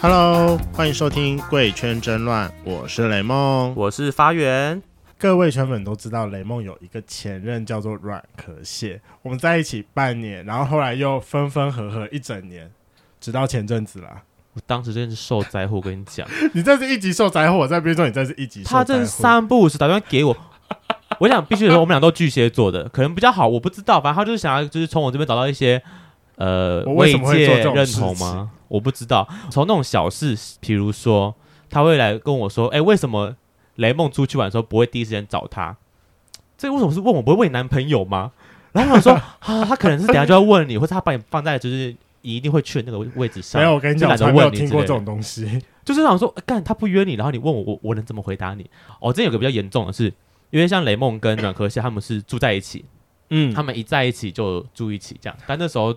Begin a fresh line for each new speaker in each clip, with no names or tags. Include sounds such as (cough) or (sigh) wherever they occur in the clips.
Hello，欢迎收听《贵圈争乱》，我是雷梦。
我是发源，
各位圈粉都知道，雷梦有一个前任叫做阮壳蟹，我们在一起半年，然后后来又分分合合一整年，直到前阵子啦。
我当时真是受灾户，我跟你讲，
(laughs) 你这是一级受灾户，我在边说你这是一级受灾户。
(laughs) 他真是三不五时打电话给我。我想必须说，我们俩都巨蟹座的，可能比较好，我不知道，反正他就是想要，就是从我这边找到一些呃
我为
慰
什么会做这
藉
种
认
事
同
情
吗？我不知道，从那种小事，比如说他会来跟我说，哎、为什么雷梦出去玩的时候不会第一时间找他？这为什么是问我不会问你男朋友吗？然后我想说啊，他可能是等下就要问你，或者他把你放在就是你一定会去的那个位置上。
没有，我跟你讲，
就
我
懒得
从没有
问你
听
之
过
类
这种东西。
就是想说，呃干、他不约你，然后你问我，我我能怎么回答你？哦，这有个比较严重的是，因为像雷梦跟阮科蟹他们是住在一起，
嗯
他们一在一起就住一起这样，但那时候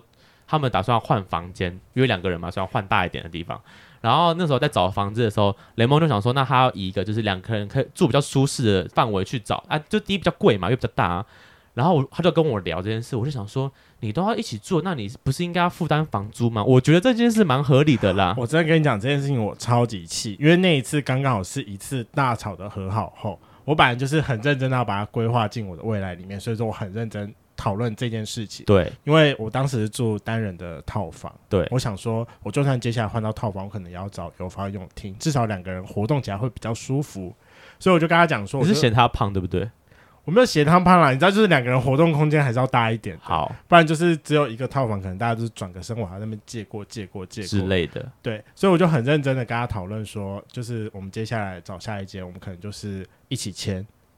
他们打算要换房间，因为两个人嘛，想要换大一点的地方。然后那时候在找房子的时候，雷蒙就想说，那他要以一个就是两个人可以住比较舒适的范围去找啊，就第一比较贵嘛，又比较大、啊。然后我他就跟我聊这件事，我就想说，你都要一起住，那你不是应该要负担房租吗？我觉得这件事蛮合理的啦。
(laughs) 我真的跟你讲这件事情，我超级气，因为那一次刚刚好是一次大吵的和好后，我本来就是很认真的要把它规划进我的未来里面，所以说我很认真讨论这件事情。
对
因为我当时是住单人的套房，
对
我想说，我就算接下来换到套房，我可能也要找有房有厅，至少两个人活动起来会比较舒服。所以我就跟他讲说，
你
我
是
就
嫌他胖对不对？
我没有嫌他胖啦，你知道，就是两个人活动空间还是要大一点，
好
不然就是只有一个套房，可能大家就是转个身，我还在那边借过借过借
之
过，
类的，
对，所以我就很认真的跟他讨论说，就是我们接下来找下一间，我们可能就是一起签，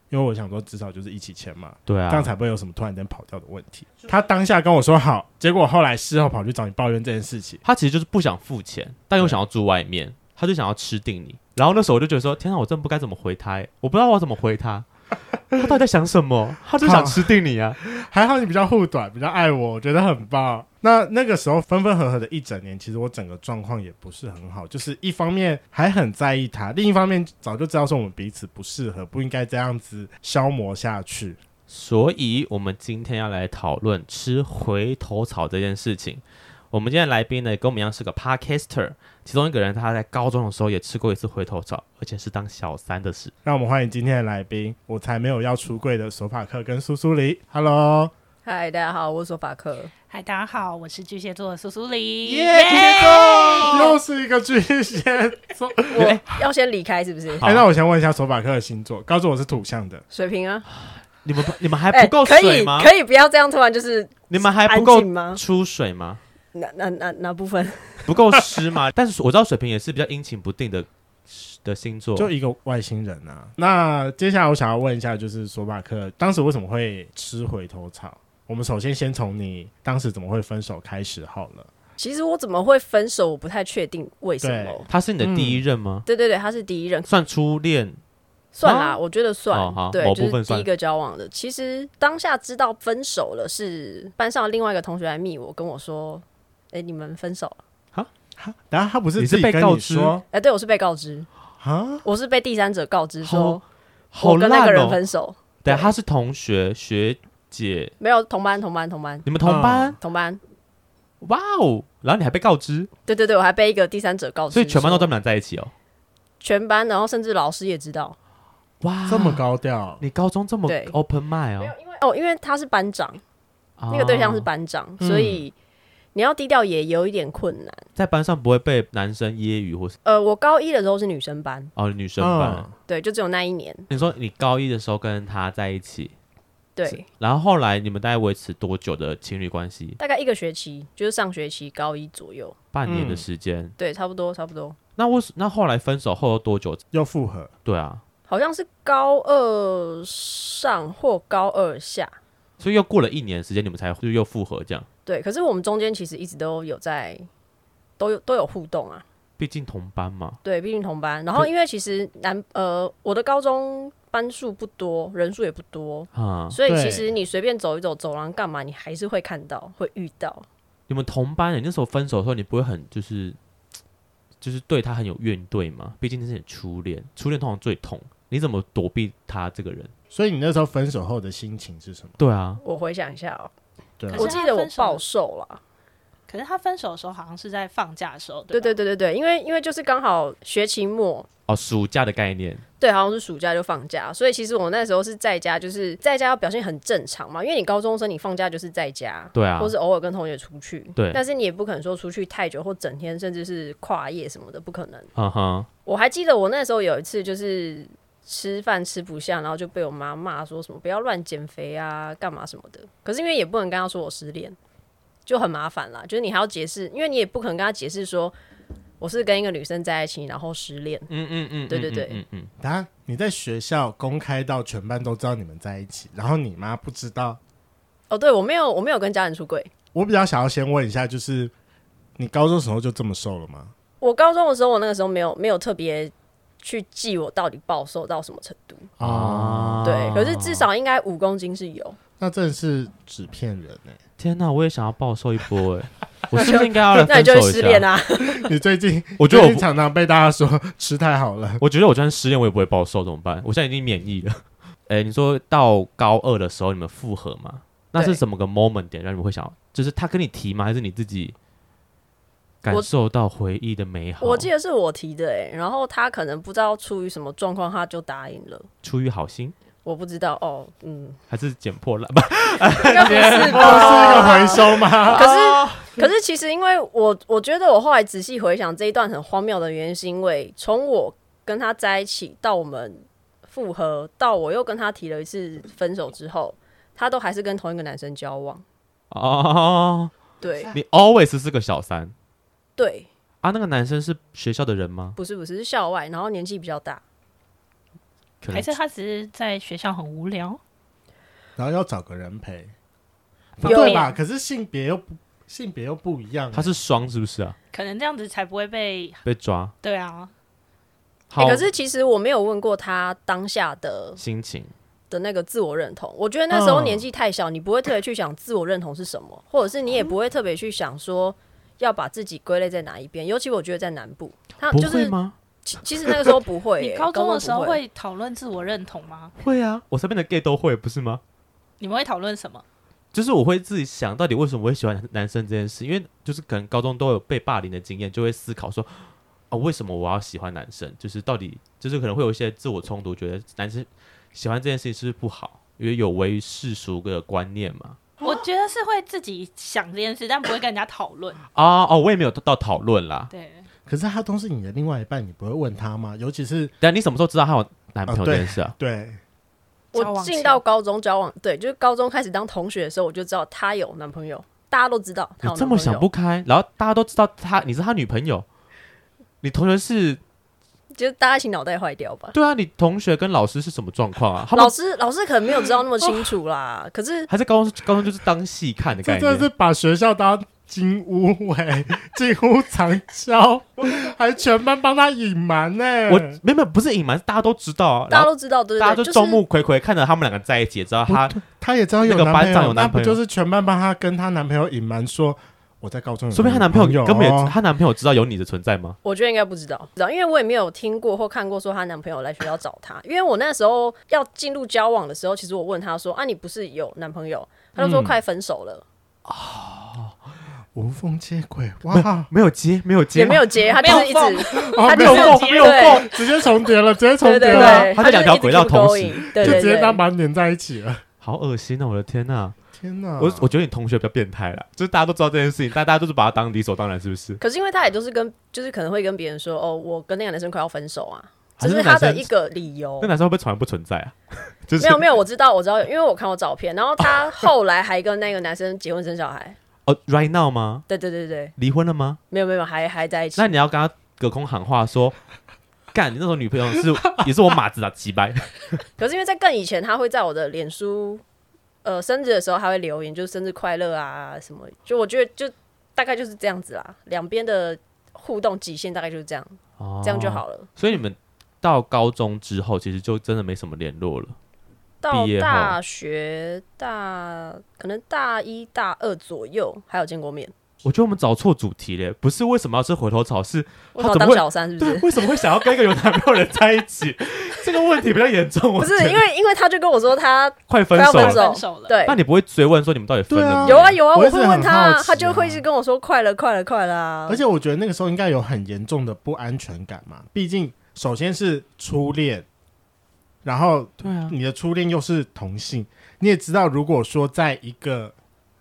因为我想说至少就是一起签嘛，
对
这样
啊，
才不会有什么突然间跑掉的问题。他当下跟我说好，结果后来事后跑去找你抱怨这件事情。
他其实就是不想付钱，但又想要住外面，他就想要吃定你。然后那时候我就觉得说，天啊，我真的不该怎么回他、欸，我不知道我要怎么回他， (laughs) 他到底在想什么？他就想吃定你啊！
还好你比较护短，比较爱我，我觉得很棒。那那个时候分分合合的一整年，其实我整个状况也不是很好，就是一方面还很在意他，另一方面早就知道说我们彼此不适合，不应该这样子消磨下去。
(laughs) 所以，我们今天要来讨论吃回头草这件事情。我们今天来宾呢，跟我们一样是个 podcaster，其中一个人他在高中的时候也吃过一次回头草，而且是当小三的事。
让我们欢迎今天的来宾，我才没有要出柜的索法克跟苏苏黎。Hello，
嗨，大家好，我是索法克。
嗨，大家好，我是巨蟹座的苏苏黎。
耶，巨蟹座又是一个巨蟹座。
(laughs) 哎
要先离开是不是？
好
哎，那我先问一下索法克的星座，告诉我是土象的。
水平啊，
你们不你们还
哎
不够
可
水
以
吗？
可以不要这样突然就是
你们还不
安
够
静吗？
出水吗？
哪哪哪哪部分？
不够湿吗？ (laughs) 但是我知道水瓶也是比较阴晴不定的的星座，
就一个外星人啊。那接下来我想要问一下，就是索马克当时为什么会吃回头草？我们首先先从你当时怎么会分手开始好了。
其实我怎么会分手，我不太确定为什么。
他是你的
嗯
第一任吗？
对对对，他是第一任，
算初恋
算啦，
哦
我觉得算，
哦好
对
某，部
就
分
是
算
第一个交往的。其实当下知道分手了，是班上另外一个同学来密我，跟我说：“哎、你们分手了。
然后他不是
你是
自己
被
跟
告
你说
哎，对我是被告知，
啊？
我是被第三者告知说
嗯好
我跟那
烂
个人
哦！
分手，
对，他是同学学姐，
没有同班，同班，同班，
你们同班，
同班。
嗯
哇哦！然后你还被告知，
对对对，我还被一个第三者告知，
所以全班都
哦说
跟你们俩在一起哦。
全班，然后甚至老师也知道。
哇，
这么？高调，
你高中这么
对
open mind 哦？
哦，因为他是班长，
哦
那个对象是班长，
嗯
所以你要低调也有一点困难。
在班上不会被男生揶揄，或是
呃，我高一的时候是女生班，
哦女生班
嗯。
对，就只有那一年，
你说你高一的时候跟他在一起，
对，
然后后来你们大概维持多久的情侣关系？
大概一个学期，就是上学期高一左右，
半年的
嗯
时间。
对，差不多，差不多，
那我那后来分手后多久？
又复合，
对啊，
好像是高二上或高二下，
所以又过了一年的时间，你们才就又复合这样。
对。可是我们中间其实一直都有在，都有都有互动啊，
毕竟同班嘛，
对，毕竟同班。然后因为其实南呃，我的高中班数不多，人数也不多，
啊、
所以
对
其实你随便走一走走廊干嘛，你还是会看到，会遇到。
你们同班、欸，那时候分手的时候，你不会很就是就是对他很有怨怼吗？毕竟那是你的初恋，初恋通常最痛，你怎么躲避他这个人？
所以你那时候分手后的心情是什么？
对啊，
我回想一下哦、
对啊
可是
我
他
记得我
分手了
暴瘦了，
可是他分手的时候好像是在放假的时候，
对
对
对
吧
对对对，因为因为就是刚好学期末，
哦，暑假的概念，
对，好像是暑假就放假，所以其实我那时候是在家，就是在家要表现很正常嘛，因为你高中生你放假就是在家，
对啊
或，是偶尔跟同学出去，
对
但是你也不可能说出去太久或整天，甚至是跨夜什么的，不可能。
嗯哼，
我还记得我那时候有一次就是吃饭吃不下，然后就被我妈骂说什么不要乱减肥啊，干嘛什么的。可是因为也不能跟她说我失恋，就很麻烦啦。就是你还要解释，因为你也不可能跟她解释说我是跟一个女生在一起然后失恋。
嗯嗯嗯，
对对对
嗯嗯，
啊，你在学校公开到全班都知道你们在一起，然后你妈不知道。
哦，对我没有我没有跟家人出轨。
我比较想要先问一下，就是你高中时候就这么瘦了吗？
我高中的时候，我那个时候没有没有特别去记我到底暴瘦到什么程度，
啊
对。可是至少应该五公斤是有。
那真的是纸片人哎、
天哪，我也想要暴瘦一波哎，我是不是应该要来
那
分
你就
手
会
一
失恋
下？
啊？
(laughs)
你最近，
我觉得我
最近常常被大家说吃太好了，
(laughs) 我觉得我就算失恋，我也不会暴瘦，怎么办？我现在已经免疫 (laughs) 了。哎，你说到高二的时候，你们复合吗？那是
对
怎么个 moment 点让你们会想？就是他跟你提吗？还是你自己感
我
受到回忆的美好？
我记得是我提的哎、然后他可能不知道出于什么状况，他就答应了。
出于好心，
我不知道哦，
(laughs)
嗯，
还是捡破烂？(laughs)
应该不是
都是一个
吧
回？收吗？
可是，可是，其实因为我我觉得我后来仔细回想这一段很荒谬的原因，是因为从我跟他在一起到我们复合，到我又跟他提了一次分手之后，他都还是跟同一个男生交往。
哦，
对
你 always 是个小三
对，
啊？那个男生是学校的人吗？
不是不是是校外，然后年纪比较大。
可能
还是他只是在学校很无聊？
然后要找个人陪，不
有
啊对吧？可是性别又不性别又不一样，
他是双是不是啊？
可能这样子才不会被
被抓，
对啊，
欸
好，
可是其实我没有问过他当下的
心情
的那个自我认同。我觉得那时候
嗯
年纪太小，你不会特别去想自我认同是什么，或者是你也不会特别去想说要把自己归类在哪一边。尤其我觉得在南部，他
不
就
会
是
吗？
其其实那个时候不会
(laughs)
耶、
你高中的时候
高不会。
会讨论自我认同吗？
会啊，我身边的 gay 都会，不是吗？
你们会讨论
(gasps)
什么？
就是我会自己想到底为什么我会喜欢男生这件事，因为就是可能高中都有被霸凌的经验，就会思考说，啊，为什么我要喜欢男生？就是到底就是可能会有一些自我冲突，觉得男生喜欢这件事情是不是不好，因为有违于世俗的观念嘛。
我觉得是会自己想这件事，但不会跟人家讨论。
啊哦，我也没有到讨论啦。
对，
可是他都是你的另外一半，你不会问他吗？尤其是
但你什么时候知道他有男朋友
啊
这
对
件事
(laughs)
啊？
对，
交
我
往
进
前
到高中交往，对，就是高中开始当同学的时候，我就知道她有男朋友，大家都知道她有
你这
男
么
朋
想
友。
不开，然后大家都知道他你是他女朋友，你同学是
就是大家一起脑袋坏掉吧。
对啊，你同学跟老师是什么状况啊？他们
老师老师可能没有知道那么清楚啦，可是
还在高中，高中就是当戏看的
这
概
真的
念。
是把学校当金屋
(laughs)
哎，金屋藏娇，还全班帮他隐瞒欸呢。
我没有没有不是隐瞒，是大家都知道啊，
嗯大
然
家
后
都知道，对
大
对
家就
对，
是众目睽睽看着他们两个在一起，也知道他
他也知道有
那个
男
班
朋
上
友，
有男
那不
朋友
就是全班帮他跟他男朋友隐瞒说我在高中有
说明她男朋友
友
根本也
哦
她男朋友知道有你的存在吗？
我觉得应该不知道，知道，因为我也没有听过或看过说她男朋友来学校找她。因为我那时候要进入交往的时候，其实我问她说：“啊，你不是有男朋友？”她就说：“
嗯
快分手了。
无缝接轨哇，
没有接，没有接，
也没有接，她就是一
没
直
哦
他
没
就
有
是
缝，
直接
没有
对
缝，直接重叠了，直接重
对
叠
对
了，
啊
对，
她就两条轨道同时，
对
就
对
直接当
对，
把它粘在一起了。
好恶心啊！我的天呐、
天哪，
我
嗯
我觉得你同学比较变态啦，就是大家都知道这件事情，但大家都是把它当理所当然，是不是？
可是因为她也都是跟，就是可能会跟别人说：“哦，我跟那个男生快要分手啊。”
还
这
是那
是她
男
的
生
一个理由
那。男生会不会从来不存在啊？就是
没有没有，我知道我知道，因为我看过照片，然后她后来还跟那个男生结婚生小孩。
哦，right now 吗？
对对对对，
离婚了吗？
没有没有，还还在一起
那。你要跟他隔空喊话说， (laughs) 干，你那时候女朋友是也是我马子啊，几白。
可是因为在更以前，他会在我的脸书，呃，生日的时候他会留言，就是生日快乐啊什么。就我觉得就大概就是这样子啦，两边的互动极限大概就是这样，
哦
这样就。好了。
所以你们到高中之后，其实就真的没什么联络了。
到
毕业后
大学大可能大一大二左右还有见过面，
我觉得我们找错主题了，不是为什么要吃回头草，是
我
他
想
怎么
当
会
小三是不
(laughs) 对啊
是？
为什么会想要跟一个有男朋友的人在一起？ (laughs) 这个问题比较严重，我
(laughs) 不是
觉得
因为因为他就跟我说他
快分
快
手
要分
了，
手
分手了，
对
那你不会追问说你们到底分了
对啊
吗？
有啊有啊，
我
我
一直
会问
很
他啊
好，奇
他就
啊
会一直跟我说快了快了快了啊。
而且我觉得那个时候应该有很严重的不安全感嘛，毕竟首先是初恋，然后
对啊，
你的初恋又是同性，你也知道，如果说在一个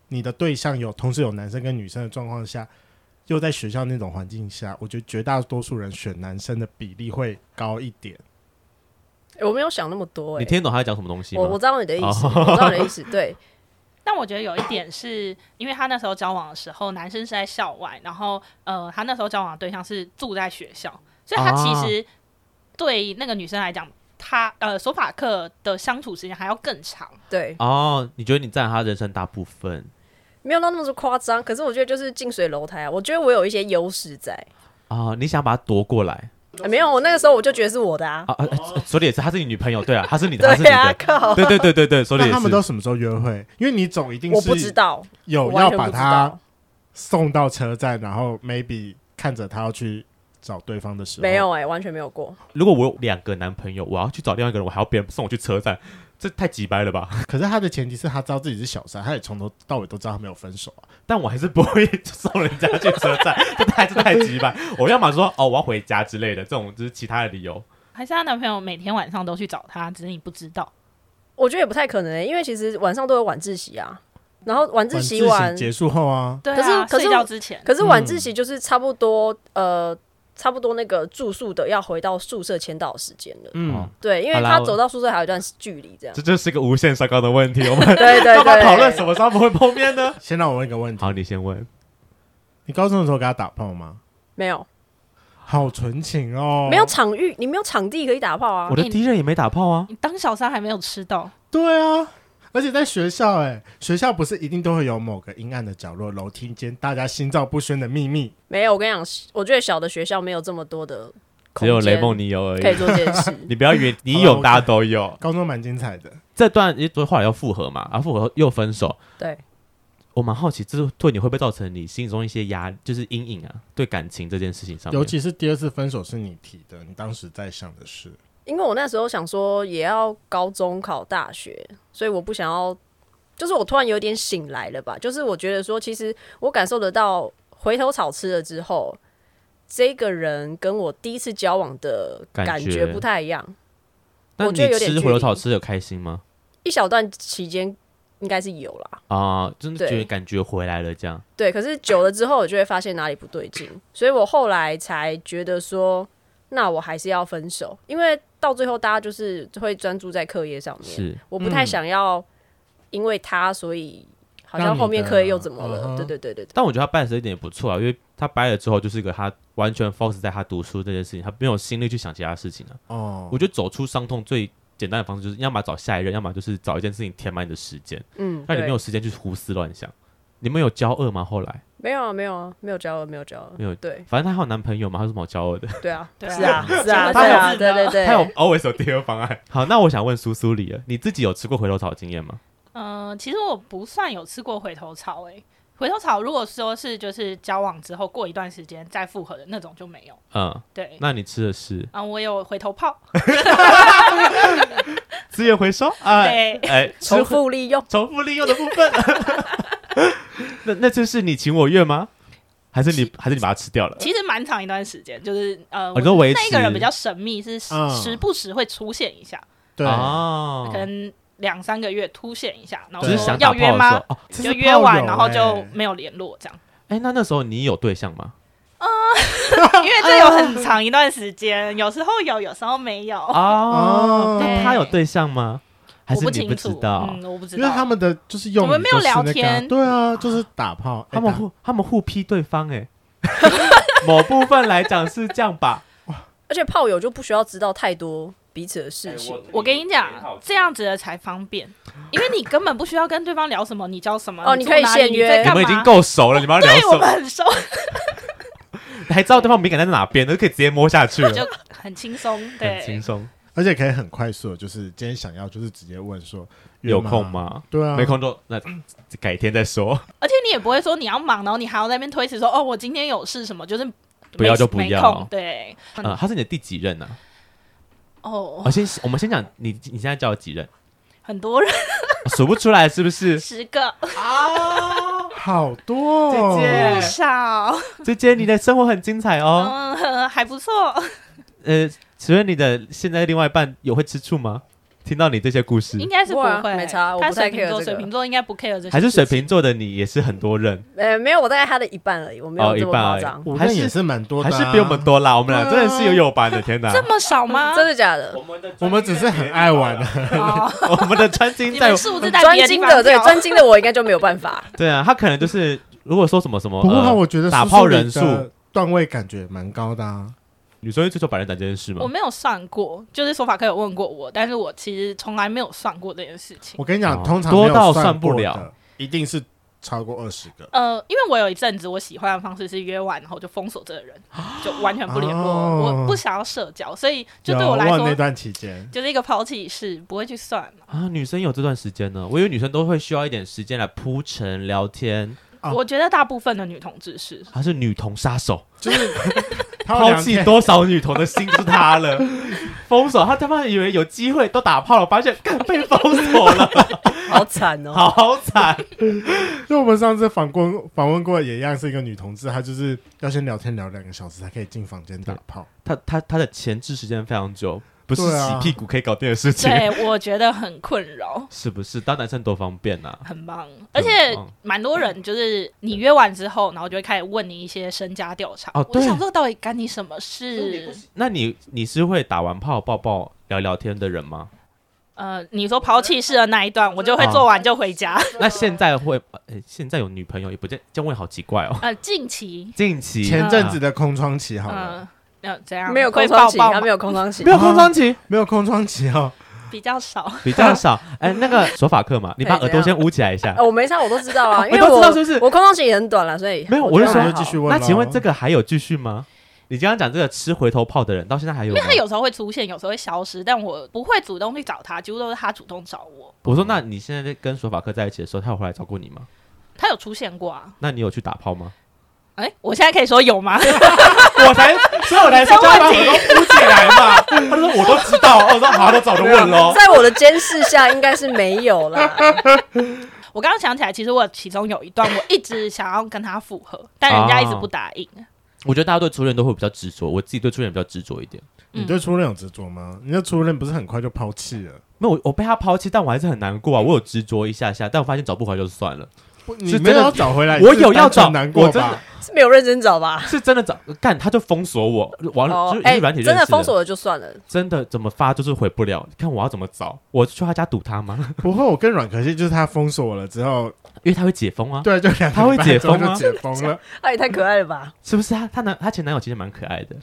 你的对象有同时有男生跟女生的状况下，又在学校那种环境下，我觉得绝大多数人选男生的比例会高一点。
欸我没有想那么多
你
哎，
听得懂他在讲什么东西吗？
我我知道你的意思，
哦
我知道你的意思，对，
但我觉得有一点是，因为他那时候交往的时候，男生是在校外，然后呃，他那时候交往的对象是住在学校，所以他
哦
其实对那个女生来讲，他呃索法克的相处时间还要更长。
对，
哦，你觉得你占了他人生大部分？
没有到那么夸张。可是我觉得就是近水楼台啊，我觉得我有一些优势在、
啊、你想把它夺过来
啊没有，我那个时候我就觉得是我的啊。
啊啊！呃手里也是，她是你女朋友，对啊，她是你
(laughs)
的，她是
对
你
啊，
的，
靠！
对对对对对，手里
那
也
他们
是
都。什么时候约会？因为你总一定
我不知
是
道，我
有
完
要
全不
把
知
他
道，
送到车站，然后 maybe 看着他要去找对方的时候，
没有哎、完全没有过。
如果我有两个男朋友，我要去找另外一个人，我还要别人送我去车站，这太急掰了吧？
可是他的前提是他知道自己是小三，他也从头到尾都知道他没有分手啊。
但我还是不会 (laughs) 送人家去车站，这太这太急 (laughs) 掰。我要么说哦，我要回家之类的，这种就是其他的理由。
还是她男朋友每天晚上都去找她，只是你不知道。
我觉得也不太可能、欸，因为其实晚上都有晚自习啊，然后晚自
晚自
习
习
完，
结束后啊，
对啊，
可是可是
睡觉之前，
可是晚自习就是差不多、呃，差不多那个住宿的要回到宿舍签到的时间了。
嗯，
哦
对，因为
好啦
他
我
走到宿舍还有一段距离，这
(laughs)
样
这。就是个无限上纲的问题。我们
(laughs) 对对
干嘛
对，
讨论什么时候不会碰面呢？
先让我问一个问题：
好，你先问。
你高中的时候给他打炮吗？
没有，
好纯情哦，
没有场域，你没有场地可以打炮啊
我。的敌人也没打炮啊，
你当小三还没有吃到，
对啊，而且在学校、哎，学校不是一定都会有某个阴暗的角落、楼梯间，大家心照不宣的秘密。
没有，我跟你讲，我觉得小的学校没有这么多的
只
空间，
有雷梦你有而
可以
已。
做这件事。
你不要以为你
好
有，
啦
大家都 (laughs) 有。
高中蛮精彩的，
这段因为后来又复合嘛，啊，复合后又分手。
对，
我蛮好奇，这对你会不会造成你心中一些压，就是阴影啊？对感情这件事情上面，
尤其是第二次分手是你提的，你当时在想的是，
因为我那时候想说也要高中考大学，所以我不想要，就是我突然有点醒来了吧，就是我觉得说，其实我感受得到回头草吃了之后，这个人跟我第一次交往的
感
感
觉
觉不太一样。
那
我
你
觉得有点
吃
距
回头
离
草吃的开心吗？
一小段期间应该是有啦，
啊、真的
对
觉得感觉回来了这样。
对，可是久了之后，我就会发现哪里不对劲，所以我后来才觉得说，那我还是要分手，因为到最后大家就是会专注在课业上面，
是，
我不太想要因为他，所以好像后面课业又怎么
让
了？
你的
对对对对对，
但我觉得他掰的一点也不错啊，因为他掰了之后，就是一个他完全 focus 在他读书这件事情，他没有心力去想其他事情了、
哦，
我觉得走出伤痛最简单的方式，就是要么找下一任，要么就是找一件事情填满你的时间，
嗯，
让你没有
对
时间去胡思乱想。你们有交恶吗？后来
没有啊，没有啊，没有交恶，没有交恶，
没有
对
反正她还有男朋友嘛，她有什么好交恶的？
对啊，
(laughs) 对啊
是啊，是啊，
他
对啊，
有
对对对
他有，always 有第二方案。 (laughs) 好，那我想问苏苏里了，你自己有吃过回头草的经验吗？
嗯、其实我不算有吃过回头草诶、回头草如果说是就是交往之后过一段时间再复合的那种就没有。
嗯，
对，
那你吃的是
嗯，我有回头炮，
资源回收啊？
对，
哎，吃
重复利用，
重复利用的部分。 (laughs) 那那就是你情我愿吗？还是你还是你把它吃掉了？
其实蛮长一段时间，就是呃，
哦你说
我
维持
那一个人比较神秘，是时
嗯
时不时会出现一下，
对，
哦
可，能两三个月突现一下，然后
只是
说
想打
要
炮的
约
时候
吗？
哦。
这是
就约完，
炮友
然后就
欸
没有联络这样，
哎，那那时候你有对象吗？
因为这
(laughs)
有很长一段时间，有时候有，有时候没有，
哦，
对
那他有对象吗？啊还
我
是你
清
不
楚
知，道？
嗯，我不知
因为他
道。
们的就是用语
我们没有
就是那个啊
聊天
对啊，就是打炮，哎
(laughs) 他们
打
互他们互批对方哎， (laughs) 某部分来讲是这样
(laughs)
吧？
而且炮友就不需要知道太多彼此的事情，
哎我跟你讲，这样子的才方便，因为你根本不需要跟对方聊什么，你教什么，
哦
你
你可以
住哪里
现约
你在
你
干
们已经
嘛？
够熟了，你们要聊
对，
什
我
么 (laughs)
们？很熟，
还知道对方敏感在哪边，都可以直接摸下去了，
就很轻松，
很轻
对，
松。
而且可以很快速，就是今天想要就是直接问说
有空？吗？
对啊，
没。空就那改天再说。
而且你也不会说你要忙，然后你还要在那边推辞说哦，我今天有事什么，就是
不要
没
就不要
没空对，
呃，他是你的第几任呢、啊？
哦
我、，先我们先讲你，你现在交了几任？哦
很多人
数不出来是不
(laughs)
是？
十个
啊，
好多、哦，
姐姐
不少，
姐姐，你的生活很精彩哦。
嗯， (laughs) 还不错。
呃，请问你的现在另外一半有会吃醋吗？听到你这些故事
应，该是不
哇
会，
没差我
他
不太
水瓶
care
座，
这个
水瓶座应该不 care 这些事情，
嗯还是水瓶座的你也是很多任，
呃，没有，我大概他的一半而已，我没有
哦
这么
一半
夸
而已
张。
五
还
任
是
也是蛮多的、
还
啊，
是比我们。多啦？我们俩真的是有有班的，天哪！
啊这么少吗？
真的假的？
我们只是很爱玩，啊
哦
(laughs) 我们的专精
你
在
们数字在
专
别
精
地
的
方
对
掉
专精的我应该就没有办法。
对啊，他可能就是如果说什么什么，
不过
呃
我觉得
打
叔叔
炮
你
人数
的段位感觉蛮高的啊。
女生会追求百人斩这件事吗
我？没有算过，就是说法科有问过我，但是我其实从来没有算过这件事情。
我跟你讲，
哦
通常
多
没有
到
算
算不
过
了
的，一定是超过二十个。
呃，因为我有一阵子我喜欢的方式是约完然后就封锁这个
(gasps)
人，就完全不联络，
哦
我不想要社交，所以就对
有
我来
忘了那
说
段期间，
就是一个抛弃式，不会去算嘛。
啊，女生有这段时间呢，我以为女生都会需要一点时间来铺陈聊天，
啊
我觉得大部分的女同
(laughs)
志是，
她是女童杀手， (laughs)
就是
抛
两
弃
天
多少女童的心就是她 (laughs) 了。封锁，她他妈以为有机会都打炮了，发现干被封锁了，
(laughs)
(laughs)
好惨哦！
好惨。
就我们上次访过访问过，也一样是一个女同志，她就是要先聊天聊两个小时才可以进房间打炮。
她她她的前置时间非常久，不是
对
洗
啊
屁股可以搞定的事情，
对我觉得很困扰。
是不是？当男生多方便啊呐、
(laughs)
很棒，而且
棒
蛮多人就是你约完之后，然后就会开始问你一些身家调查。
哦
我就
对
想说到底干你什么事？
那你你是会打完炮抱抱聊聊天的人吗？
呃，你说抛弃式的那一段，我就会做完就回家。
那现在会、呃现在有女朋友也不见，这样问好奇怪哦。
呃，近期，
近期啊
前阵子的空窗期好了，
嗯、呃，怎
(laughs)
样？
没有空
会
窗
抱
期，
抱
他
吗
没有
(laughs)
空窗期
没。有空窗期，
没有空窗期哦，
比较少。
比较少。哎，那个手法课嘛，你把
对
耳朵
怎
先
样
捂起来一下
呃，。我没上，我都知道啊，
(laughs) 我
因为
都
我
知道是不是
我空窗期也很短了，所以
没有，
我
我
就
就说
想，就继
(laughs)
续问
那
咯。
请问这个还有继续吗？你刚刚讲这个吃回头炮的人，到现在还有
因
吗
为？他有时候会出现，有时候会消失，但我不会主动去找他，几乎都是他主动找我。
我说，那你现在在跟手法课在一起的时候，他有回来找过你吗？
他有出现过啊？
那你有去打炮吗？
哎、我现在可以说有吗？ (laughs)
我才，所以我才说
这
他把
问题
耳朵捂起来嘛。他说我都知道，我说好，都早就问喽。
(laughs) 在我的监视下应该是没有啦。
(laughs)
我刚刚想起来，其实我其中有一段我一直想要跟他复合，但人家一直不答应。
我觉得大家对初恋都会比较执着，我自己对初恋比较执着一点。
你对初恋有执着吗？你的初恋不是很快就抛弃了？
没有，我我被他抛弃，但我还是很难过啊。我有执着一下下，但我发现找不回来就算了。
不你
是真
没
的
有要找回来，
我
你是
有要
单纯
找
难过
我真的
吧？
是没有认真找吧？
(laughs) 是真的找干，他就封锁我，完了就是
哎，
软体认识
真的封
的
锁了就算了，
真的怎么发就是回不了，看我要怎么找？我去他家堵他吗？
不会，我跟阮可惜就是他封锁我了之后，
因为他会解封啊，
对，就两个
他会
礼拜
解
之后
封
就
吗
解封了。
他哎也太可爱了吧！
是不是啊？他男他前男友其实蛮可爱的，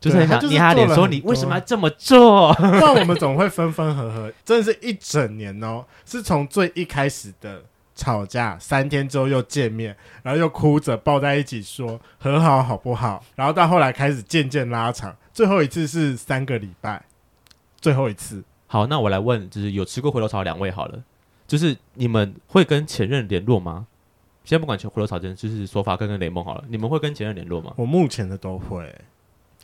就是
对
很
他
想
就是
捏他脸
做了
说
很
你
多
为什么要这么做？
不然我们总会分分合合，真的是一整年哦，是从最一开始的吵架，三天之后又见面，然后又哭着抱在一起说和好好不好，然后到后来开始渐渐拉长，最后一次是三个礼拜，最后一次
好，那我来问，就是有吃过回头草的两位好了，就是你们会跟前任联络吗？先不管前回头草这件事，就是索法克跟雷蒙好了，你们会跟前任联络吗？
我目前的都会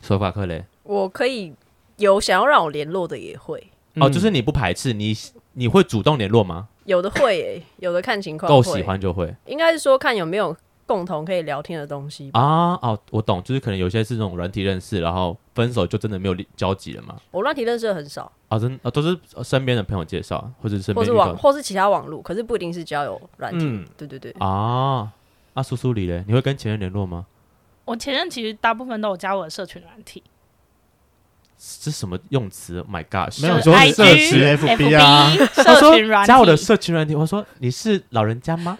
索法克雷
我可以有想要让我联络的也会，
嗯
哦，就是你不排斥你，你会主动联络吗？
有的会诶，有的看情况。
够喜，欢就会
应该是说看有没有共同可以聊天的东西吧。
啊哦，我懂，就是可能有些是那种软体认识，然后分手就真的没有交集了嘛。
我乱提认识的很少，
啊，真啊，都是身边的朋友介绍，或者是身
或
边
是
遇
网，
到
或是其他网络，可是不一定是交友软体。
嗯
对对对，
啊。啊，苏苏里嘞，你会跟前任联络吗？
我前任其实大部分都有加我的社群软体，
这什么用词？My？Oh gosh！
没有
就
你
是
说
IG、
社群 FB 啊
FB
他
社
说
群软体。
加我的社群软体，我说你是老人家吗？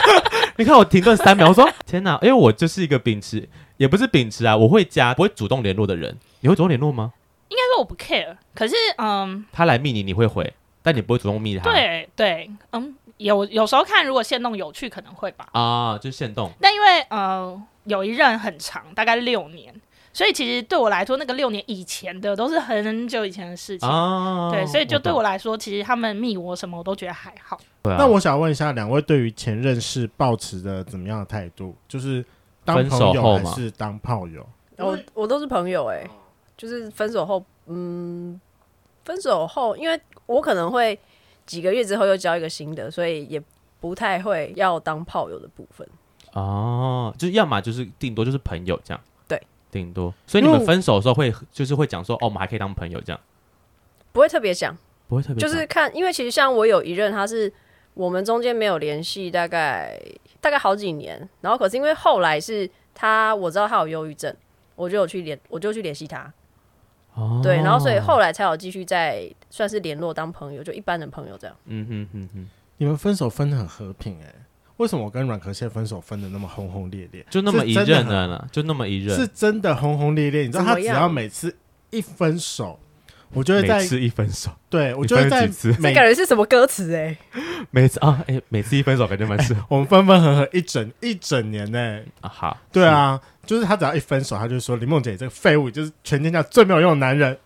(laughs) 你看我停顿三秒，我说天哪，因为我就是一个秉持，也不是秉持啊，我会加，不会主动联络的人。你会主动联络吗？
应该说我不 care，可是嗯，
他来密你，你会回，但你不会主动密他。
对对，嗯，有有时候看如果线动有趣可能会吧，
啊，就是限动
但因为呃有一任很长，大概六年，所以其实对我来说，那个六年以前的都是很久以前的事情。
啊，
对，所以就对我
懂
来说，其实他们密我什么，我都觉得还好。
对啊
那我想问一下，两位对于前任是抱持的怎么样的态度？就是当
分手
朋友
后
还
吗
是当炮友？
我我都是朋友哎、就是分手后，嗯，分手后，因为我可能会几个月之后又交一个新的，所以也不太会要当炮友的部分。
哦，就是要么就是顶多就是朋友这样，
对，
顶多。所以你
因为我
们分手的时候会就是会讲说，哦，我们还可以当朋友这样，
不会特别想，
不会特别
就是
讲
看，因为其实像我有一任，他是我们中间没有联系，大概大概好几年，然后可是因为后来是他，我知道他有忧郁症，我就有去联，我就去联系他，
哦
对，然后所以后来才有继续在算是联络当朋友，就一般的朋友这样。
嗯哼哼哼，
你们分手分的很和平哎、为什么我跟阮壳蟹分手分的那么轰轰烈烈？
就那么一
是真
任
的 (laughs)
了呢，就那么一
很，是
任，
真的轰轰烈烈。你知道他
怎
只
么样
要每次一分手，我就会
每
在
次一分手，
对我
你
就会
分了
在哦 (laughs)
几次？
这
每
感觉是什么歌词哎、
每次啊，哎，每次一分手感觉蛮 (laughs) 是
我们分分合合一整一整年呢、
哎啊，好，
对啊，就是他只要一分手，他就说林梦姐你这个废物，你就是全天下最没有用的男人，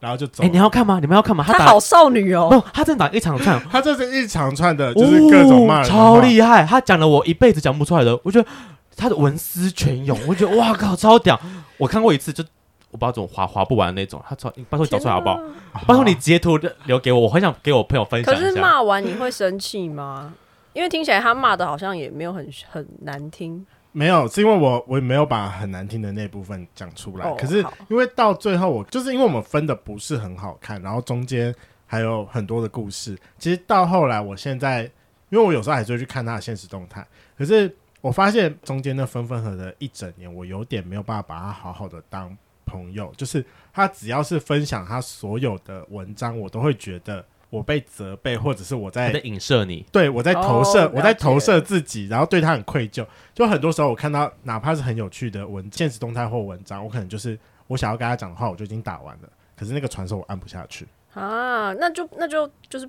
然后就走
是，哎，
了。
你要看吗？你们要看吗？
她
打
好少女
(laughs)
哦、
不，他真的打一场串，
他这是一长串的， (laughs) 就是各种骂
哦
人的话、
超厉害。他讲了我一辈子讲不出来的，我觉得他的文思泉涌，我觉得哇靠，超屌！我看过一次就。我不知道怎么划划不完的那种，他超，你拜托你找出来好不好？拜托你截图留给我，我很想给我朋友分享
可
一下。
是骂完你会生气吗？因为听起来他骂的好像也没有很很难听，
没有，是因为我我没有把很难听的那部分讲出来。
哦
可是
好
因为到最后我，就是因为我们分的不是很好看，然后中间还有很多的故事。其实到后来，我现在因为我有时候还是会去看他的现实动态，可是我发现中间那分分合合一整年，我有点没有办法把他好好的当朋友。就是他只要是分享他所有的文章，我都会觉得我被责备，或者是我
他
在
在影射你，
对我在投
哦
射，
了解
我在投射自己，然后对他很愧疚。就很多时候，我看到哪怕是很有趣的文、现实动态或文章，我可能就是我想要跟他讲的话，我就已经打完了。可是那个传说我按不下去，
啊，那就那就就是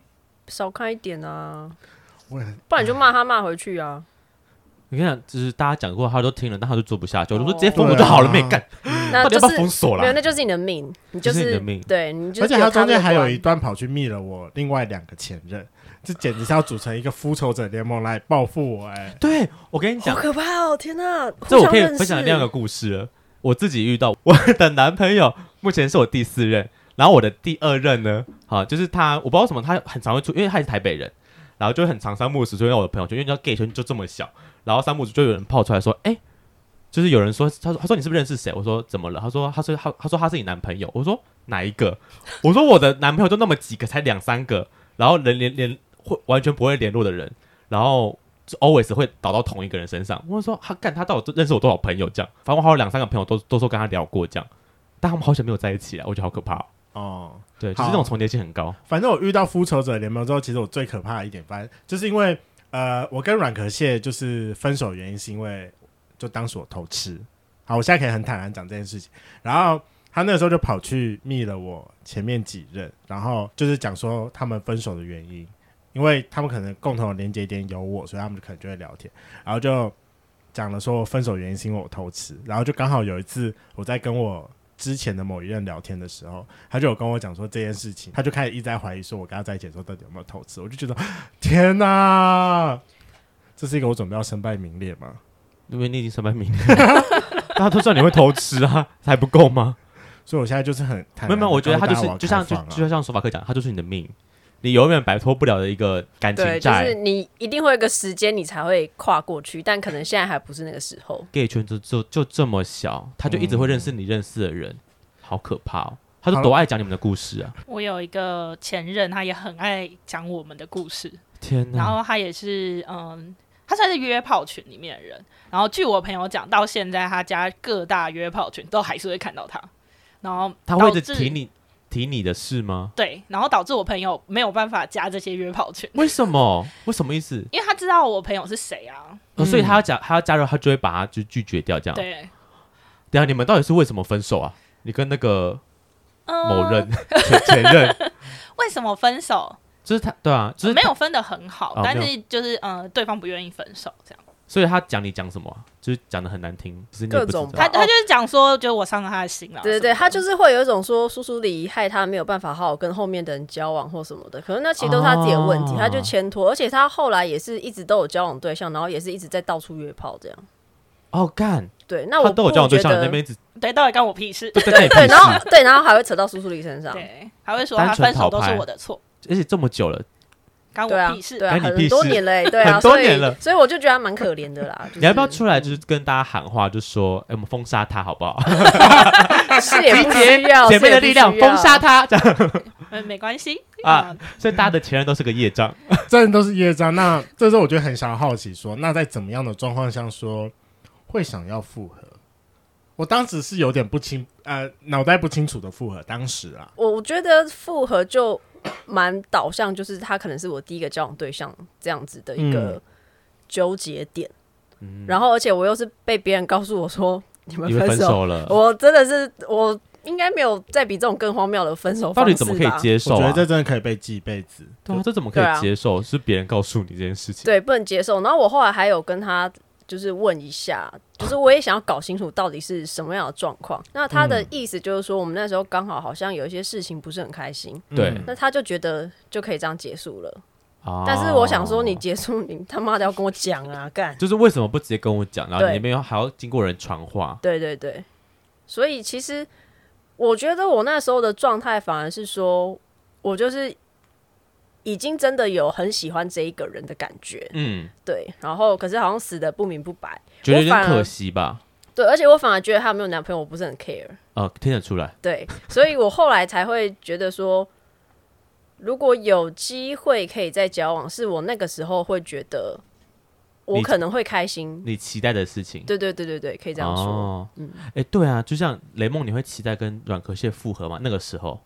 少看一点啊，
我很
不然你就骂他骂回去啊。
你看，就是大家讲过，他都听了，但他就做不下去，我就说直接
哦
封锁就好了，
对
没
啊
干，
那
到底
就
要不要
是
封锁
没有，
啦？
那就是你的命，你
就是是你的命
对你就是。
而且他中间还有一
一，
段跑去密了我另外两个前任，这简直是要组成一个复仇者联盟来报复我哎、
对，我跟你
好
讲，
可怕哦！天哪，
这我
互相
可以
认识
分享另外一个故事了。我自己遇到我的男朋友，目前是我第四任，然后我的第二任呢，好、就是他，我不知道为什么，他很常会出，因为他是台北人，然后就会很常三不五时出现在我的朋友圈，因为你知道 gay 圈就这么小，然后三不五时就有人泡出来说，哎、就是有人说，他说他说你是不是认识谁？我说怎么了？他说他说他他说他是你男朋友。我说哪一个？我说我的男朋友就那么几个，才两三个，然后人连连会完全不会联络的人，然后就 always 会倒到同一个人身上。我就说他干他到底认识我多少朋友这样？反正我还有两三个朋友都都说跟他聊过这样，但他们好久没有在一起了，我觉得好可怕、哦。
哦。
对，就
好
是那种重叠性很高。
反正我遇到复仇者联盟之后，其实我最可怕的一点，反正就是因为呃，我跟软壳蟹就是分手原因是因为就当时我偷吃。好，我现在可以很坦然讲这件事情。然后他那个时候就跑去密了我前面几任，然后就是讲说他们分手的原因，因为他们可能共同的连接点有我，所以他们可能就会聊天，然后就讲了说分手原因是因为我偷吃，然后就刚好有一次我在跟我之前的某一任聊天的时候，他就有跟我讲说这件事情，他就开始一直在怀疑说我跟他在一起的时候到底有没有偷吃，我就觉得天哪、这是一个我准备要身败名裂吗？
因为你已经身败名裂， (laughs) 大家都知道你会偷吃啊，还不够 (laughs) 吗？
所以我现在就是很坦
没
然
有没有，
地
我觉得哎他
告
就
诉大
是
家
就像
我
就
要开放啊
就像手法克讲，他就是你的命，你永远摆脱不了的一个感情
对，就
债。
是你一定会有一个时间你才会跨过去，但可能现在还不是那个时候。
gay 圈就就就这么小，他就一直会认识你认识的人，好可怕哦！他都多爱讲你们的故事啊！
我有一个前任，他也很爱讲我们的故事，
天
然
哪！
后他也是嗯，他算是约炮群里面的人。然后据我朋友讲，到现在他家各大约炮群都还是会看到他，然后
他会一直
导致
提你提你的事吗？
对，然后导致我朋友没有办法加这些约炮群，
为什么？为什么意
嗯
思？
因为他知道我朋友是谁啊。
哦所以他要加他要加入，他就会把他就拒绝掉这样。
对，
等一下你们到底是为什么分手啊？你跟那个
嗯
呃
某任前前
(laughs)
任，
为什么分手？
就是他对啊，就是
没有分的很好，
哦
但
没哦
是就是呃，对方不愿意分手这样。
所以他讲你讲什么啊、就是讲的很难听，就是你也不知道
各种吧
他他就是讲说，就我伤了他的心了。
对对对，他就是是会有一种说叔叔礼仪害他没有办法好好跟后面的人交往或什么的，可能那其实都是他自己的问题，
哦
他就牵拖，而且他后来也是一直都有交往对象，然后也是一直在到处约炮这样。
哦干，
对，那
他
我
都有交往对象，你
不觉得
那边一直
对，到底干我屁事？
都在跟你
对，
屁
然后
事，
对，然后还会扯到叔叔礼身上，
(laughs) 对，还会说
单
他
纯
分手都
讨
是
拍
我的错，
而且这么久了，
干
对
我
啊
屁，事。
对啊，
关你屁
很多
事
年嘞，对
很
啊，
多
所以
年了
所以我就觉得他蛮可怜的啦。就是
你要不要出来就是跟大家喊话，就说，哎、我们封杀他好不
(laughs)
好？
是也不需要
姐妹的力量封杀，他，这样，
嗯，没关系
(laughs) 啊
啊。
所以大家的前任都是个业障。
(laughs) 真的都是业障。那这时候我就很想好奇说，那在怎么样的状况下说会想要复合？我当时是有点不清，呃，脑袋不清楚的复合。当时啊，
我我觉得复合就蛮导向，就是他可能是我第一个交往对象这样子的一个
嗯
纠结点。
嗯
然后，而且我又是被别人告诉我说你们
你们
分
分
手，
手了，
我真的是我应该没有再比这种更荒谬的分手
到
方
底
式
怎么可以
吧
接受
我觉
啊
得？这真的可以被记一辈子。
对啊，这怎么可
对啊
以接受？是别人告诉你这件事情？
对，不能接受。然后我后来还有跟他就是问一下，就是我也想要搞清楚到底是什么样的状况。那他的
嗯
意思就是说，我们那时候刚好好像有一些事情不是很开心，
对
嗯
那他就觉得就可以这样结束了。
啊
但是我想说，你结束你他妈的要跟我讲啊，干！
就是为什么不直接跟我讲，然后
对
你那边还要经过人传话？
对对对，所以其实我觉得我那时候的状态反而是说，我就是已经真的有很喜欢这一个人的感觉，
嗯，
对。然后可是好像死的不明不白，
觉得有点
反而
可惜吧？
对。而且我反而觉得他有没有男朋友，我不是很 care，
呃，听得出来，
对。所以我后来才会觉得说，如果有机会可以再交往，是我那个时候会觉得我
你
可能会开心。
你期待的事情。
对对对对对，可以这样说。嗯
哦，哎、对啊，就像雷梦，你会期待跟软壳蟹复合吗？那个时候，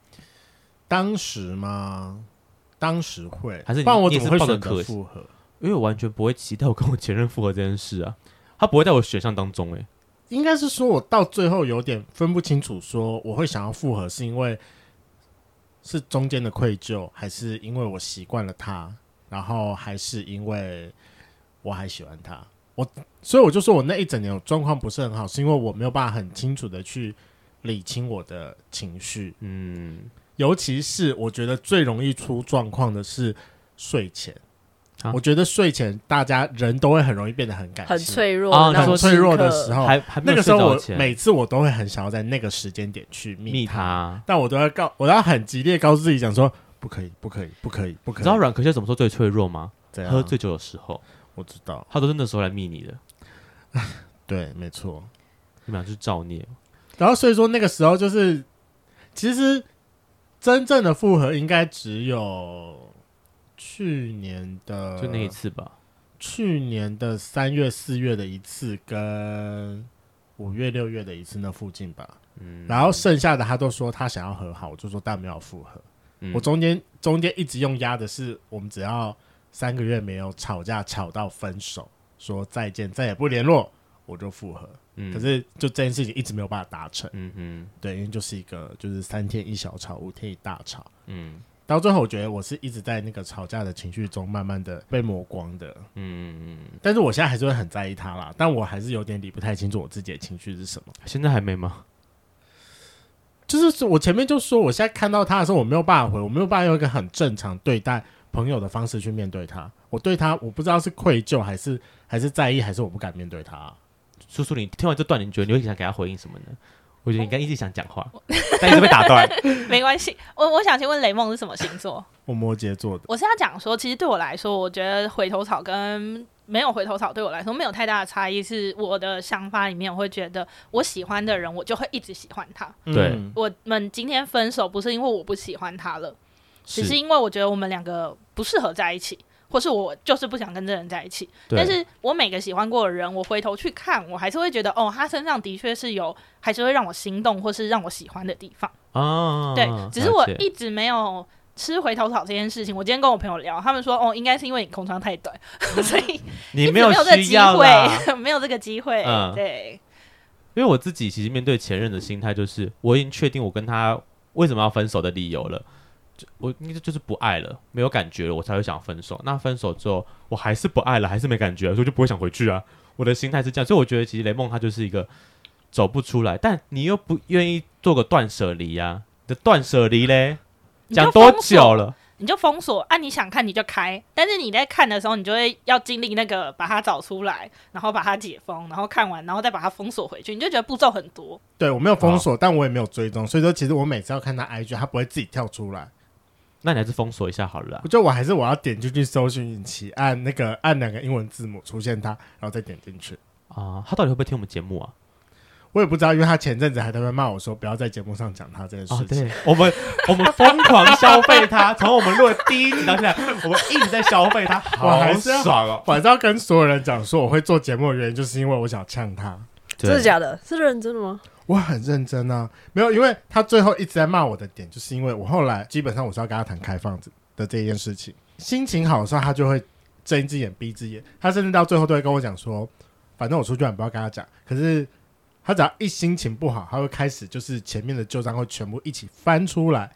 当时吗？当时会，
还是你
不然我怎么会选择
你也是抱着可惜
复合？
因为我完全不会期待我跟我前任复合这件事啊，他不会在我选项当中、哎，
应该是说我到最后有点分不清楚，说我会想要复合是因为是中间的愧疚，还是因为我习惯了他，然后还是因为我还喜欢他。我所以我就说我那一整年我状况不是很好，是因为我没有办法很清楚的去理清我的情绪，
嗯，
尤其是我觉得最容易出状况的是睡前。
啊
我觉得睡前大家人都会很容易变得很感性，
很脆弱
啊
的那
你
种
很
说
时刻，
哦脆弱的时候，
还还
哦
没
那
有
个时
睡
候
着
我
前
每次我都会很想要在那个时间点去密
密他。
但我都要告，我都要很激烈告诉自己讲说，不可以，不可以，不可以，不
你
可以。
知道软壳蟹什么时候最脆弱吗？
怎样
喝醉酒的时候，
我知道，
他都是那时候来密你的，
对，没错。
你们俩就是造孽。
然后所以说那个时候就是，其实真正的复合应该只有去年的，
就那一，次吧。
去年的三月、四月的一次，跟五月、六月的一次那附近吧。
嗯，
然后剩下的他都说他想要和好，我就说但没有复合。
嗯
我中间中间一直用压的是，我们只要三个月没有吵架，吵到分手，说再见，再也不联络，我就复合。
嗯
可是就这件事情一直没有办法达成，
嗯嗯
对，因为就是一个就是三天一小吵，五天一大吵。
嗯
到最后，我觉得我是一直在那个吵架的情绪中慢慢的被磨光的，
嗯嗯，嗯
但是我现在还是会很在意他啦，但我还是有点理不太清楚我自己的情绪是什么。
现在还没吗？
就是我前面就说，我现在看到他的时候，我没有办法回，我没有办法用一个很正常对待朋友的方式去面对他。我对他，我不知道是愧疚还是还是在意，还是我不敢面对他。
叔叔，你听完这段，你觉得你会想给他回应什么呢？我觉得你刚一直想讲话，但一直被打断。
没关系。我我想请问雷梦是什么星座？ (laughs)
我摩羯座的，
我是要讲说，其实对我来说，我觉得回头草跟没有回头草对我来说没有太大的差异。是我的想法里面，我会觉得我喜欢的人，我就会一直喜欢他。
对
嗯
我们今天分手，不是因为我不喜欢他了， (laughs) 只是因为我觉得我们两个不适合在一起，或是我就是不想跟这人在一起。
对
但是我每个喜欢过的人，我回头去看，我还是会觉得，哦，他身上的确是有，还是会让我心动，或是让我喜欢的地方。
啊，
对，只是我
了解
一直没有吃回头草这件事情。我今天跟我朋友聊，他们说哦，应该是因为你空窗太短， (laughs) 所以一
你
直
没
没
有
这个
需
机
要啦。
会，没有这个机会。
嗯
对，
因为我自己其实面对前任的心态就是，我已经确定我跟他为什么要分手的理由了，就我应该就是不爱了，没有感觉了，我才会想分手。那分手之后，我还是不爱了，还是没感觉，所以我就不会想回去啊。我的心态是这样，所以我觉得其实雷梦他就是一个走不出来，但你又不愿意做个断舍离啊。你的断舍离嘞，
你就
讲多
封锁
久了？
你就封锁啊，你想看你就开，但是你在看的时候，你就会要经历那个把它找出来，然后把它解封，然后看完，然后再把它封锁回去，你就觉得步骤很多。
对我没有封锁，但我也没有追踪，所以说其实我每次要看他 IG，他不会自己跳出来。
那你还是封锁一下好了啊
我。觉得我还是我要点进去搜寻引擎，按那个按两个英文字母出现他，然后再点进去。
啊他到底会不会听我们节目啊？
我也不知道，因为他前阵子还在那边骂我说不要在节目上讲他这件
啊
事，情。
对， (laughs) 我们我们疯狂消费 (laughs) 他，从我们录的第一集到现在，我们一直在消费他，好
还是要
爽哦！
我还是要跟所有人讲说我会做节目的原因，就是因为我想呛他。
对
真的假的？是认真的吗？
我很认真啊，没有，因为他最后一直在骂我的点，就是因为我后来基本上我是要跟他谈开放的这一件事情。心情好的时候，他就会睁一只眼闭一只眼，他甚至到最后都会跟我讲说，反正我出去玩不要跟他讲。可是他只要一心情不好，他会开始就是前面的旧账会全部一起翻出来，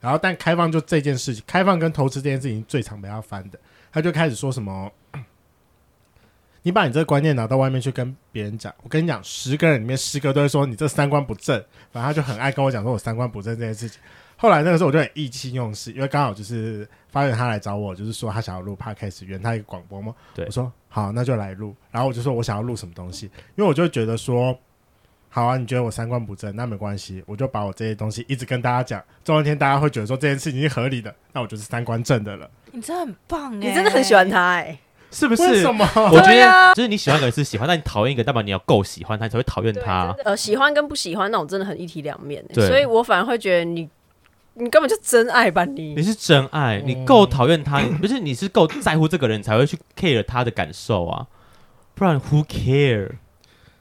然后但开放就这件事情，开放跟投资这件事情最常被他翻的，他就开始说什么。你把你这个观念拿到外面去跟别人讲，我跟你讲，十个人里面十个都会说你这三观不正，反正他就很爱跟我讲说我三观不正这件事情。后来那个时候我就很意气用事，因为刚好就是发现他来找我，就是说他想要录 podcast，圆他一个广播梦。
对
我说好，那就来录。然后我就说我想要录什么东西，因为我就觉得说，好啊，你觉得我三观不正，那没关系，我就把我这些东西一直跟大家讲，总有一天大家会觉得说这件事情是合理的，那我就是三观正的了。
你真的很棒哎、
你真的很喜欢他哎、
是不
为
是
什？么？
我觉
(laughs) 对
得
啊
就是你喜欢一个人是喜欢，但你讨厌一个，代表你要够喜欢他，你才会讨厌他。
呃，喜欢跟不喜欢那种真的很一体两面、欸，
对
所以我反而会觉得你，你根本就真爱吧你
你。是真爱，
嗯
你够讨厌他，你不是你是够在乎这个人，你才会去 care 他的感受啊，不然 who care？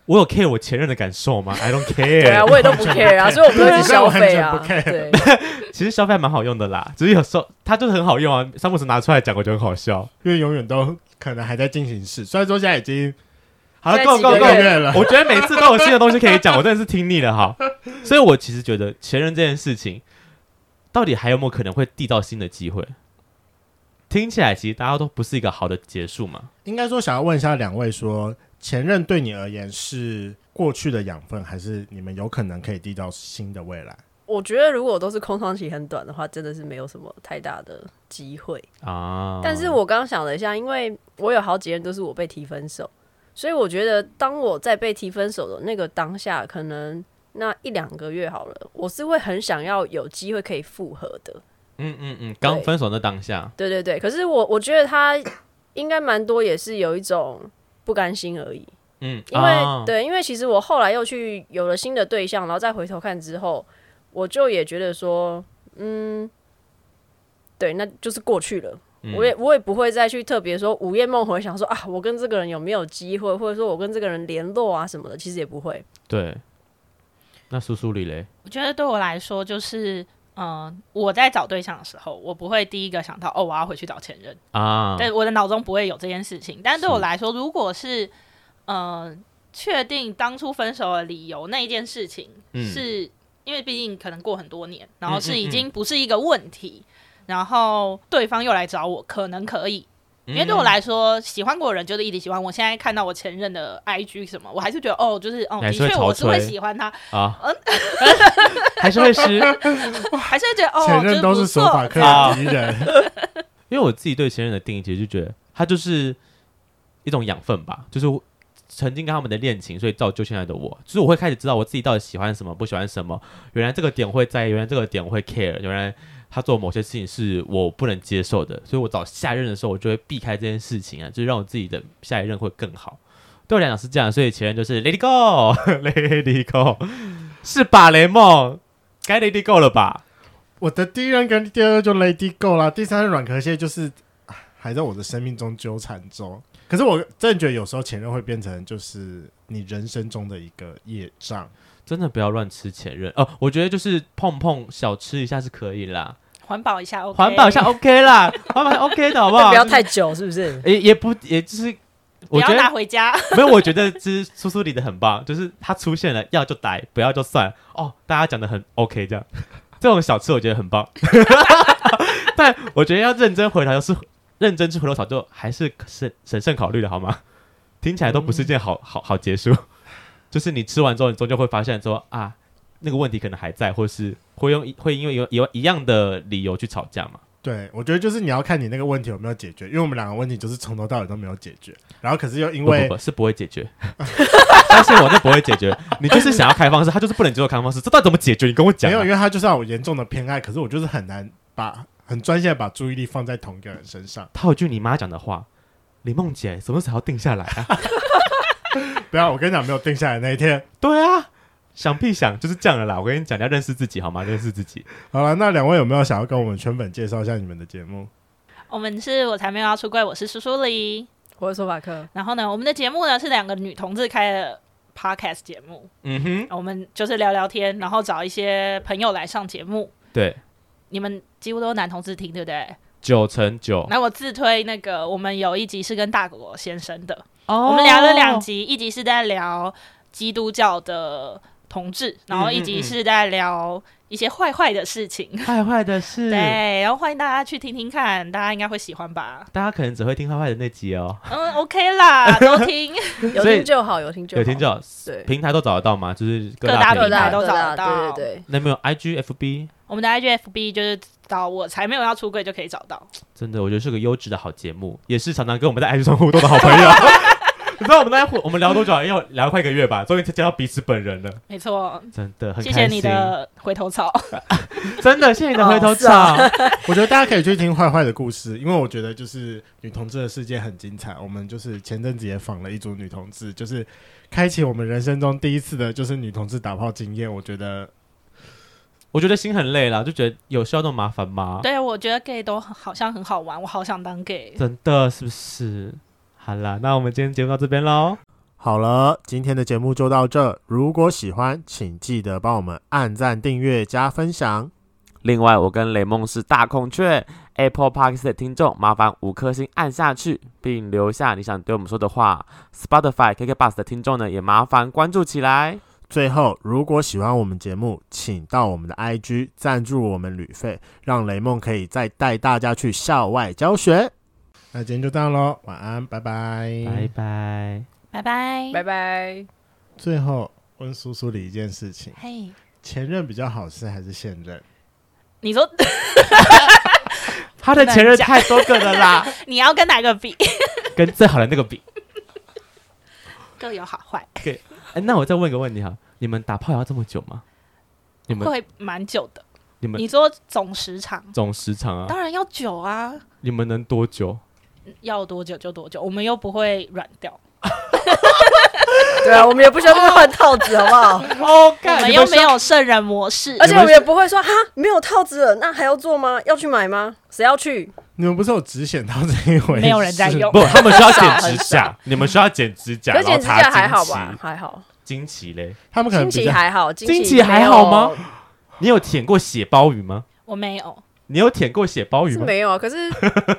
我有 care 我前任的感受吗？I don't
对啊，
care。
我也都不 care 啊，所以我们
对
一直消费啊
我完全。不 care
对，
其实消费还蛮好用的啦，只是有时候它就是很好用啊。三不时拿出来讲，我觉得很好笑。
(laughs) 因为永远都可能还在进行式，虽然说现在已经
好了，
现
够
在
够
几
够
个月
了 (laughs)
我觉得每次都有新的东西可以讲，我真的是听腻了哈。所以我其实觉得前任这件事情，到底还有没有可能会缔造新的机会？听起来其实大家都不是一个好的结束嘛。
应该说想要问一下两位说前任对你而言是过去的养分，还是你们有可能可以缔造新的未来？
我觉得如果都是空窗期很短的话，真的是没有什么太大的机会。
啊，
但是我刚刚想了一下，因为我有好几任都是我被提分手，所以我觉得当我在被提分手的那个当下，可能那一两个月好了，我是会很想要有机会可以复合的。
嗯嗯嗯，刚分手那当下，
对对对，可是我我觉得他应该蛮多也是有一种不甘心而已，
嗯，
因为、
啊、
对，因为其实我后来又去有了新的对象，然后再回头看之后，我就也觉得说，嗯，对，那就是过去了。
嗯
我也我也不会再去特别说午夜梦回想说啊，我跟这个人有没有机会，或者说我跟这个人联络啊什么的，其实也不会。
对。那苏苏里嘞，
我觉得对我来说，就是嗯、呃我在找对象的时候，我不会第一个想到哦，我要回去找前任，
啊，
对，我的脑中不会有这件事情。但对我
是
来说，如果是呃确定当初分手的理由那一件事情，
嗯
是因为毕竟可能过很多年，然后
嗯嗯
是
嗯
已经不是一个问题，然后对方又来找我，可能可以。因为对
嗯
我来说，喜欢过的人就是一直喜欢。我现在看到我前任的 IG 什么，我还是觉得哦，就是哦，
还
的
是会
确我
憔
是会
悴
喜欢他，
(laughs)
啊，还是会湿，
还是会觉得哦，
前任都
就是不
手
错
法克的敌人，
因为我自己对前任的定义，其实就觉得他就是一种养分吧，就是曾经跟他们的恋情，所以造就现在的我。就是我会开始知道我自己到底喜欢什么，不喜欢什么。原来这个点会在意，原来这个点我会 care，原来他做某些事情是我不能接受的，所以我找下一任的时候，我就会避开这件事情啊，就是让我自己的下一任会更好。对我来讲是这样，所以前任就是 Lady (laughs) Go，Lady Go，是吧？雷梦，该 Lady Go 了吧？
我的第一任跟第二任就 Lady Go 啦，第三任软壳蟹就是啊还在我的生命中纠缠中。可是我真的觉得有时候前任会变成就是你人生中的一个业障。
真的不要乱吃前任哦、我觉得就是碰碰小吃一下是可以啦，
环保一下，OK，
环保一下 OK 啦，环保一下 OK 的好
(laughs)
不好？
不要太久，是不是？ (laughs)
也也不也就是，
不
我
要
觉
拿
得
回家。 (laughs)
(laughs) 没有，我觉得就是苏苏理的很棒，就是他出现了要就逮，不要就算哦。大家讲的很 OK 这样，这种小吃我觉得很棒。 (laughs) 但我觉得要认真回答，就是认真吃回头草，就还是审审慎考虑的好吗？听起来都不是件好好好结束，就是你吃完之后，你终究会发现说啊，那个问题可能还在，或是会用会因为有有一样的理由去吵架嘛？
对，我觉得就是你要看你那个问题有没有解决，因为我们两个问题就是从头到尾都没有解决，然后可是又因
不
为
不不是不会解决， (laughs) 相信我，那不会解决。你就是想要开放式，他就是不能接受开放式，这到底怎么解决？你跟我讲
没
啊、
有，因为他就是要我严重的偏爱，可是我就是很难把很专心的把注意力放在同一个人身上。 (laughs)
套一句你妈讲的话，李梦姐什么时候定下来啊？ (laughs)
不要，我跟你讲，没有定下来那一天。 (laughs)
对啊，想必想就是这样了啦。我跟你讲，你要认识自己好吗？认识自己。
好了，那两位有没有想要跟我们圈粉介绍一下你们的节
(laughs)
目？
我们是我才没有要出柜，我是苏苏黎。
我是说法克，
然后呢，我们的节目呢是两个女同志开的 podcast 节目，
嗯哼，
我们就是聊聊天，然后找一些朋友来上节目。
对，
你们几乎都是男同志听，对不对？
九乘九。
那我自推那个，我们有一集是跟大狗狗先生的，
哦
我们聊了两集，一集是在聊基督教的同志，然后
嗯
一
嗯
集
嗯
是在聊一些坏坏的事情。
坏坏的事，
对，然后欢迎大家去听听看，大家应该会喜欢吧？
大家可能只会听坏坏的那集哦。
嗯，OK 啦，都听 (laughs)
有
所以
听就好，有听就好，
有听就好，
对，
平台都找得到吗？就是各
各
平
大
各
平台
大
都
各
找
大
得到
对对 (laughs)
那没有 IG、FB，
我们的 IGFB 就是找我才没有要出柜就可以找到。
真的我觉得是个优质的好节目，也是常常跟我们在 IG 上互动的好朋 (laughs) 友。你知道我们在互我们聊多久啊？要聊快一个月吧，终于见到彼此本人了，
没错，
真的很
谢谢
开
你
心。
的回头草。
真的谢谢你的回头
哦是啊
草。
我觉得大家可以去听坏坏的故事，因为我觉得就是女同志的世界很精彩。我们就是前阵子也访了一组女同志，就是开启我们人生中第一次的就是女同志打炮经验。我觉得
我觉得心很累了，就觉得有需要那么麻烦吗？
对，我觉得 gay 都很好像很好玩，我好想当 gay。
真的是不是？好啦，那我们今天节目到这边喽。
好了，今天的节目就到这。如果喜欢，请记得帮我们按赞、订阅、加分享。
另外，我跟雷梦是大孔雀 Apple Park 的听众，麻烦五颗星按下去，并留下你想对我们说的话。Spotify KK Bus 的听众呢，也麻烦关注起来。
最后，如果喜欢我们节目，请到我们的 IG 赞助我们旅费，让雷梦可以再带大家去校外教学。那今天就这样喽，晚安，拜拜。
拜拜。
拜拜，
拜拜。
最后问苏苏里一件事情：
嘿，
前任比较好吃还是现任？
你说 (laughs)
他的前任太多个了 (laughs) 啦，
你要跟哪个比？
跟最好的那个比。
(laughs) 各有好坏，
哎、那我再问一个问题哈，你们打炮也要这么久吗？你们
会蛮久的。
你们
你说总时长，
总时长啊，
当然要久啊，
你们能多久？
要多久就多久，我们又不会软掉，
对啊，我们也不需要在那换套子，好不好？
(laughs) 哦，
我们又没有圣人模式
而。且我们也不会说哈，没有套子了，那还要做吗？要去买吗？谁要去？
你们不是有只显到这一回？
没有人在用
不，他们需要
很少
剪
很
指
少 (laughs)
甲，你们需要剪指甲，
可
啊然
是剪
后
指
擦
甲还
惊
好
奇
吧？？还好，
惊奇嘞，
他们可能
惊
比
奇
较
还好，
惊
奇
奇还
没有
好吗？你有舔过血鲍鱼吗？
我没有
你有舔过血鲍鱼
是
吗？
没有啊，可是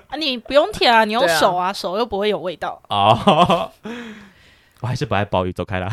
啊，你不用舔啊，你用
对啊
(laughs)
手啊，手又不会有味道。
哦，我还是不爱鲍鱼，走开啦。